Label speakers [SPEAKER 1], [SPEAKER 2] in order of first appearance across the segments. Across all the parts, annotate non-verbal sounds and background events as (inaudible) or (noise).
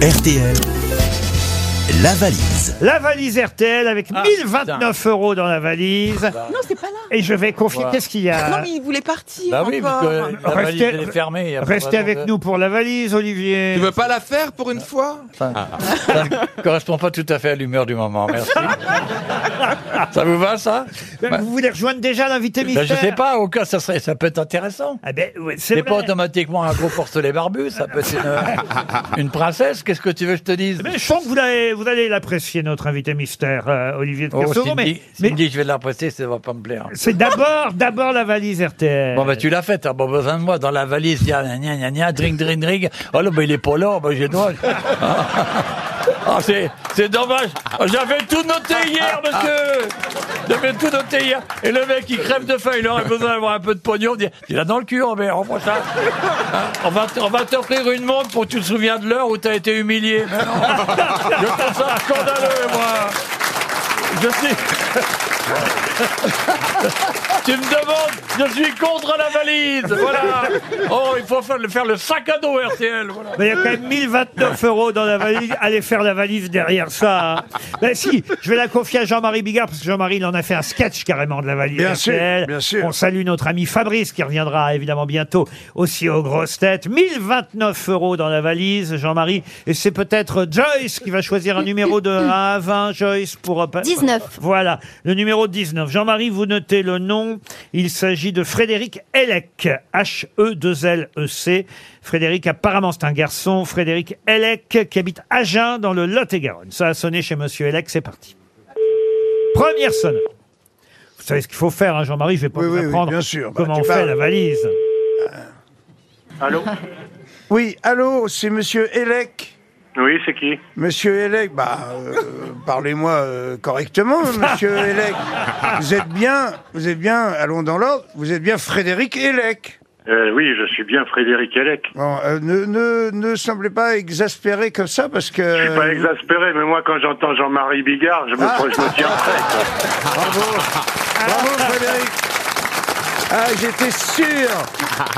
[SPEAKER 1] RTL, la valise.
[SPEAKER 2] La valise RTL avec
[SPEAKER 3] Ah,
[SPEAKER 2] 1029 euros dans la valise.
[SPEAKER 4] Non, c'est pas là.
[SPEAKER 2] Et je vais confier.
[SPEAKER 3] bah. Voilà.
[SPEAKER 2] Qu'est-ce qu'il y a
[SPEAKER 4] Non, mais il voulait partir.
[SPEAKER 3] Ah. Bah oui, parce
[SPEAKER 4] encore.
[SPEAKER 3] que la valise
[SPEAKER 2] Restez-
[SPEAKER 3] elle est fermée. y a pas
[SPEAKER 2] Restez
[SPEAKER 3] vraiment
[SPEAKER 2] avec
[SPEAKER 3] de-
[SPEAKER 2] nous pour la valise, Olivier.
[SPEAKER 5] Tu veux pas la faire pour une fois
[SPEAKER 3] Ça ne correspond pas tout à fait à l'humeur du moment, merci.
[SPEAKER 2] (laughs)
[SPEAKER 3] ça vous va, ça Bah,
[SPEAKER 2] Vous voulez rejoindre déjà l'invité
[SPEAKER 3] bah,
[SPEAKER 2] mystère
[SPEAKER 3] Je sais pas, au cas, ça, serait, ça peut être intéressant.
[SPEAKER 2] Ah ben, ouais, c'est
[SPEAKER 3] C'est pas
[SPEAKER 2] vrai.
[SPEAKER 3] automatiquement un gros porcelet barbu, ça peut être une, une princesse, qu'est-ce que tu veux que je te dise
[SPEAKER 2] Mais je sens que vous allez, vous allez l'apprécier, notre invité mystère, euh, Olivier de
[SPEAKER 3] Oh,
[SPEAKER 2] Kersauzon,
[SPEAKER 3] s'il me
[SPEAKER 2] mais,
[SPEAKER 3] dit- s'il
[SPEAKER 2] mais
[SPEAKER 3] me dit que je vais l'apprécier, ça va pas me plaire.
[SPEAKER 2] c'est d'abord, d'abord la valise RTL.
[SPEAKER 3] Bon, bah, tu l'as fait, t'as pas besoin de moi. Dans la valise, il y a gna gna gna gna, drink, drink, drink. Oh là, bah, il est pas là, bah, j'ai droit. (laughs) Ah, c'est, c'est dommage. Ah, J'avais tout noté hier, monsieur. J'avais tout noté hier. Et le mec, il crève de faim, il aurait besoin d'avoir un peu de pognon. Il dit, Tu l'as dans le cul, Robert, en prochain. Hein, on va, t- on va t'offrir une montre pour que tu te souviens de l'heure où t'as été humilié. Mais non. Je trouve ça scandaleux, moi. Je suis. Tu me demandes, je suis contre la valise, voilà. Oh, il faut faire le, faire le sac à dos RTL, voilà.
[SPEAKER 2] Mais il y a quand même 1029 euros dans la valise. Allez faire la valise derrière ça. hein. Ben si, je vais la confier à Jean-Marie Bigard parce que Jean-Marie, il en a fait un sketch carrément de la valise.
[SPEAKER 6] Bien
[SPEAKER 2] RTL.
[SPEAKER 6] sûr, bien sûr.
[SPEAKER 2] On salue notre ami Fabrice qui reviendra évidemment bientôt aussi aux grosses têtes. 1029 euros dans la valise, Jean-Marie. Et c'est peut-être Joyce qui va choisir un numéro de 1 à 20. Joyce pour...
[SPEAKER 7] 19.
[SPEAKER 2] Voilà, le numéro 19. Jean-Marie, vous notez le nom. Il s'agit de Frédéric Hellec. E H-E-2-L-E-C. Frédéric, apparemment, c'est un garçon. Frédéric Hellec, qui habite Agen, dans le Lot-et-Garonne. Ça a sonné chez Monsieur Hellec, c'est parti. Première sonne. Vous savez ce qu'il faut faire, hein, Jean-Marie Je vais pas
[SPEAKER 6] Oui,
[SPEAKER 2] vous
[SPEAKER 6] oui, oui,
[SPEAKER 2] apprendre
[SPEAKER 6] bien sûr. Bah,
[SPEAKER 2] comment
[SPEAKER 6] tu
[SPEAKER 2] on fait
[SPEAKER 6] parles.
[SPEAKER 2] la valise.
[SPEAKER 8] Allô
[SPEAKER 6] Oui, allô, c'est Monsieur Elec.
[SPEAKER 8] Oui, c'est qui
[SPEAKER 6] Monsieur Elec, bah, euh, parlez-moi euh,
[SPEAKER 8] (laughs)
[SPEAKER 6] correctement, Monsieur Elec. Vous êtes bien, vous êtes bien, allons dans l'ordre, vous êtes bien Frédéric Elec.
[SPEAKER 8] euh, Oui, je suis bien Frédéric Hellec.
[SPEAKER 6] Bon, euh, ne, ne, ne semblez pas exaspéré comme ça, parce que...
[SPEAKER 8] Je suis pas exaspéré, mais moi, quand j'entends Jean-Marie Bigard, je me,
[SPEAKER 6] Euh, Ah.
[SPEAKER 8] je me tiens
[SPEAKER 6] (laughs)
[SPEAKER 8] prêt.
[SPEAKER 6] Bravo, bravo Frédéric. Ah, j'étais
[SPEAKER 8] (laughs)
[SPEAKER 6] sûr,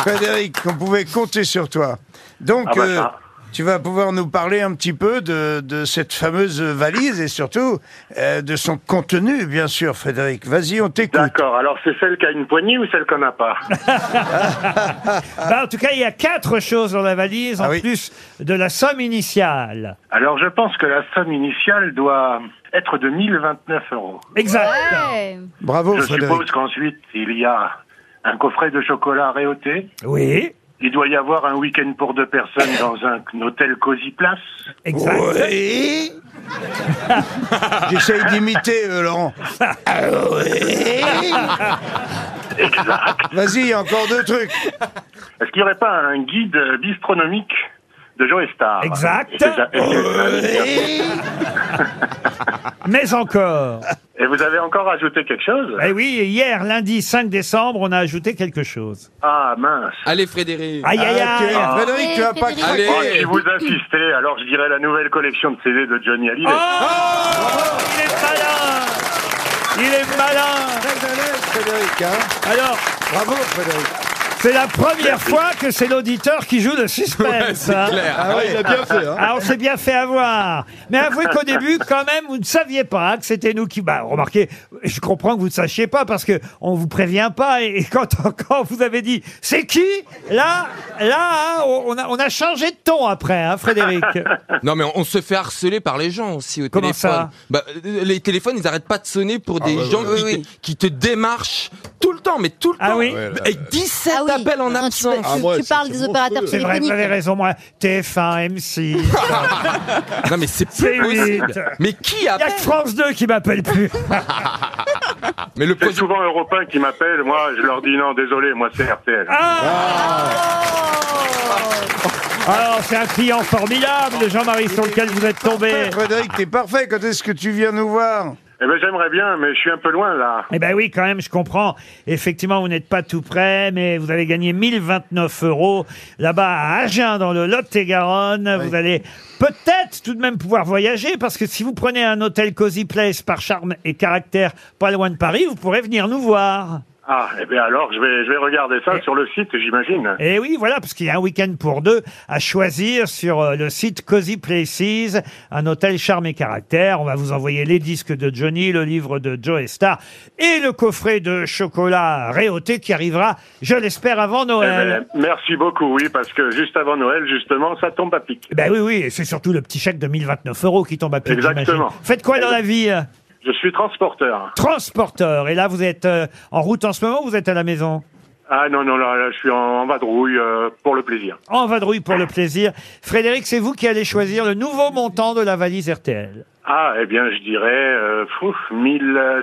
[SPEAKER 6] Frédéric, qu'on pouvait compter sur toi. Donc,
[SPEAKER 8] Ah bah
[SPEAKER 6] euh,
[SPEAKER 8] ça.
[SPEAKER 6] tu vas pouvoir nous parler un petit peu de, de cette fameuse valise et surtout euh, de son contenu, bien sûr, Frédéric. Vas-y, on t'écoute.
[SPEAKER 8] D'accord, alors c'est celle qui a une poignée ou celle qu'on n'a pas
[SPEAKER 2] Bah, en tout cas, il y a quatre choses dans la valise, en
[SPEAKER 6] Ah oui.
[SPEAKER 2] plus de la somme initiale.
[SPEAKER 8] Alors, je pense que la somme initiale doit être de 1029 euros.
[SPEAKER 2] Exact.
[SPEAKER 7] Ouais.
[SPEAKER 6] Bravo,
[SPEAKER 8] je
[SPEAKER 6] Oh, Frédéric.
[SPEAKER 8] suppose qu'ensuite, il y a un coffret de chocolat réauté.
[SPEAKER 2] Oui,
[SPEAKER 8] Il doit y avoir un week-end pour deux personnes dans un hôtel Cozy Place.
[SPEAKER 2] exact.
[SPEAKER 6] Oui. (laughs) J'essaye d'imiter, euh, Laurent. Ah oui. Vas-y, il y a encore deux trucs.
[SPEAKER 8] Est-ce qu'il n'y aurait pas un guide euh, bistronomique de Joe Star
[SPEAKER 2] Exact.
[SPEAKER 8] Et c'est- et c'est-
[SPEAKER 2] Mais encore.
[SPEAKER 8] Et vous avez encore ajouté quelque chose
[SPEAKER 2] Eh oui, hier, lundi 5 décembre, on a ajouté quelque chose.
[SPEAKER 8] Ah mince
[SPEAKER 5] Allez Frédéric.
[SPEAKER 2] Aïe, aïe,
[SPEAKER 6] Ah, ok.
[SPEAKER 2] aïe
[SPEAKER 6] Frédéric, tu vas pas
[SPEAKER 7] Allez,
[SPEAKER 6] craquer.
[SPEAKER 8] Oh, si vous insistez, alors je dirais la nouvelle collection de CD de Johnny Hallyday.
[SPEAKER 2] Ah, Oh, Il est malin Il est malin
[SPEAKER 6] Très à l'aise, Frédéric. hein.
[SPEAKER 2] Alors,
[SPEAKER 6] Bravo, Frédéric.
[SPEAKER 2] c'est la première fois que c'est l'auditeur qui joue le suspense. hein.
[SPEAKER 6] Ah oui, il a bien fait. Hein.
[SPEAKER 2] Ah, on s'est bien fait avoir. Mais avouez qu'au début, quand même, vous ne saviez pas hein, que c'était nous qui. Bah, remarquez, je comprends que vous ne sachiez pas parce que on vous prévient pas. Et, et quand, (laughs) quand vous avez dit c'est qui Là, là, hein, on, on a, on a changé de ton après, hein,
[SPEAKER 6] (laughs)
[SPEAKER 2] Frédéric.
[SPEAKER 5] Non mais on, on se fait harceler par les gens aussi au
[SPEAKER 2] Comment
[SPEAKER 5] téléphone.
[SPEAKER 2] ça
[SPEAKER 5] Bah, euh, les téléphones ils arrêtent pas de sonner pour des gens qui, te- qui te démarchent tout le temps mais tout le
[SPEAKER 2] Ah
[SPEAKER 5] temps.
[SPEAKER 2] oui.
[SPEAKER 5] Et 17
[SPEAKER 7] Ah oui.
[SPEAKER 5] appels en
[SPEAKER 7] Non, tu peux-
[SPEAKER 5] absence.
[SPEAKER 3] Ah,
[SPEAKER 7] Tu, tu parles des opérateurs
[SPEAKER 2] C'est vrai, vous avez
[SPEAKER 7] téléphoniques.
[SPEAKER 2] raison, moi. TF1, M6.
[SPEAKER 5] Non mais (laughs) c'est
[SPEAKER 2] C'est
[SPEAKER 5] plus possible.
[SPEAKER 2] vite.
[SPEAKER 5] Mais qui
[SPEAKER 2] Il y a
[SPEAKER 5] appelle
[SPEAKER 2] que France 2 qui m'appelle
[SPEAKER 5] (laughs)
[SPEAKER 2] plus.
[SPEAKER 5] Mais le
[SPEAKER 8] C'est
[SPEAKER 5] président
[SPEAKER 8] souvent Europe 1 qui m'appelle, moi je leur dis non, désolé, moi c'est RTL.
[SPEAKER 2] Ah.
[SPEAKER 5] Ah
[SPEAKER 2] Ah Alors, c'est un client formidable, Jean-Marie, sur lequel vous êtes tombé.
[SPEAKER 6] Ah, Frédéric, t'es parfait. Quand est-ce que tu viens nous voir
[SPEAKER 8] Eh ben j'aimerais bien, mais je suis un peu loin là.
[SPEAKER 2] Eh ben oui, quand même, je comprends. Effectivement, vous n'êtes pas tout près, mais vous allez gagner 1029 euros là-bas à Agen, dans le Lot-et-Garonne. Vous allez peut-être tout de même pouvoir voyager, parce que si vous prenez un hôtel Cozy Place par charme et caractère pas loin de Paris, vous pourrez venir nous voir.
[SPEAKER 8] Ah, eh bien alors, je vais, je vais regarder ça sur le site, j'imagine.
[SPEAKER 2] Et Eh oui, voilà, parce qu'il y a un week-end pour deux à choisir sur euh, le site Cozy Places, un hôtel charme et caractère. On va vous envoyer les disques de Johnny, le livre de Joe Star et le coffret de chocolat réauté qui arrivera, je l'espère, avant
[SPEAKER 8] Eh
[SPEAKER 2] Noël.
[SPEAKER 8] ben, merci beaucoup, oui, parce que juste avant Noël, justement, ça tombe à pic.
[SPEAKER 2] Ben oui, oui, et c'est surtout le petit chèque de 1029 euros qui tombe à pic,
[SPEAKER 8] Exactement.
[SPEAKER 2] j'imagine. Faites quoi dans la vie euh
[SPEAKER 8] Je suis transporteur.
[SPEAKER 2] Transporteur. Et là, vous êtes euh, en route en ce moment ou vous êtes à la maison
[SPEAKER 8] Ah non, non, là, là, je suis en, en vadrouille euh, pour le plaisir.
[SPEAKER 2] En vadrouille pour le plaisir. Frédéric, c'est vous qui allez choisir le nouveau montant de la valise RTL.
[SPEAKER 8] Ah, eh bien, je dirais, euh, pfff,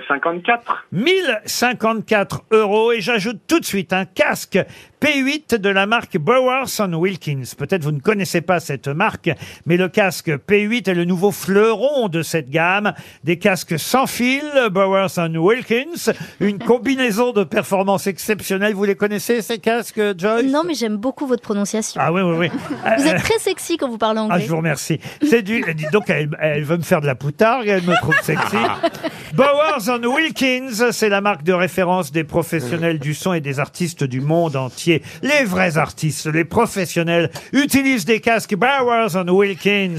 [SPEAKER 8] 1054.
[SPEAKER 2] 1054 euros et j'ajoute tout de suite un casque P8 de la marque Bowers Wilkins. Peut-être vous ne connaissez pas cette marque, mais le casque P8 est le nouveau fleuron de cette gamme. Des casques sans fil Bowers Wilkins, une combinaison de performances exceptionnelles. Vous les connaissez ces casques, Joyce
[SPEAKER 4] Non, mais j'aime beaucoup votre prononciation.
[SPEAKER 2] Ah oui, oui, oui.
[SPEAKER 4] Vous êtes très sexy quand vous parlez
[SPEAKER 2] Ah,
[SPEAKER 4] anglais.
[SPEAKER 2] je vous remercie. C'est du. dis Donc, elle, elle veut me faire de la poutargue, elle me trouve sexy. Bowers and Wilkins, c'est la marque de référence des professionnels du son et des artistes du monde entier. Les vrais artistes, les professionnels, utilisent des casques Bowers and Wilkins.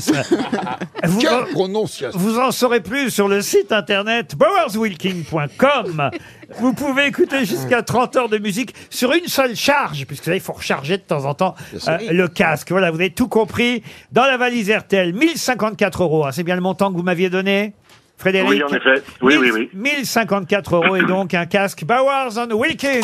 [SPEAKER 2] Vous en,
[SPEAKER 7] prononciation
[SPEAKER 2] vous en saurez plus sur le site internet bowerswilkin.com. Vous pouvez écouter jusqu'à 30 heures de musique sur une seule charge, puisque là, il faut recharger de temps en temps euh, le casque. Voilà, vous avez tout compris. Dans la valise RTL, 1054 euros. hein, c'est bien le montant que vous m'aviez donné Frédéric
[SPEAKER 8] Oui, en effet. Oui, oui, oui.
[SPEAKER 2] 1054 euros et donc un casque Bowers and Wilkins.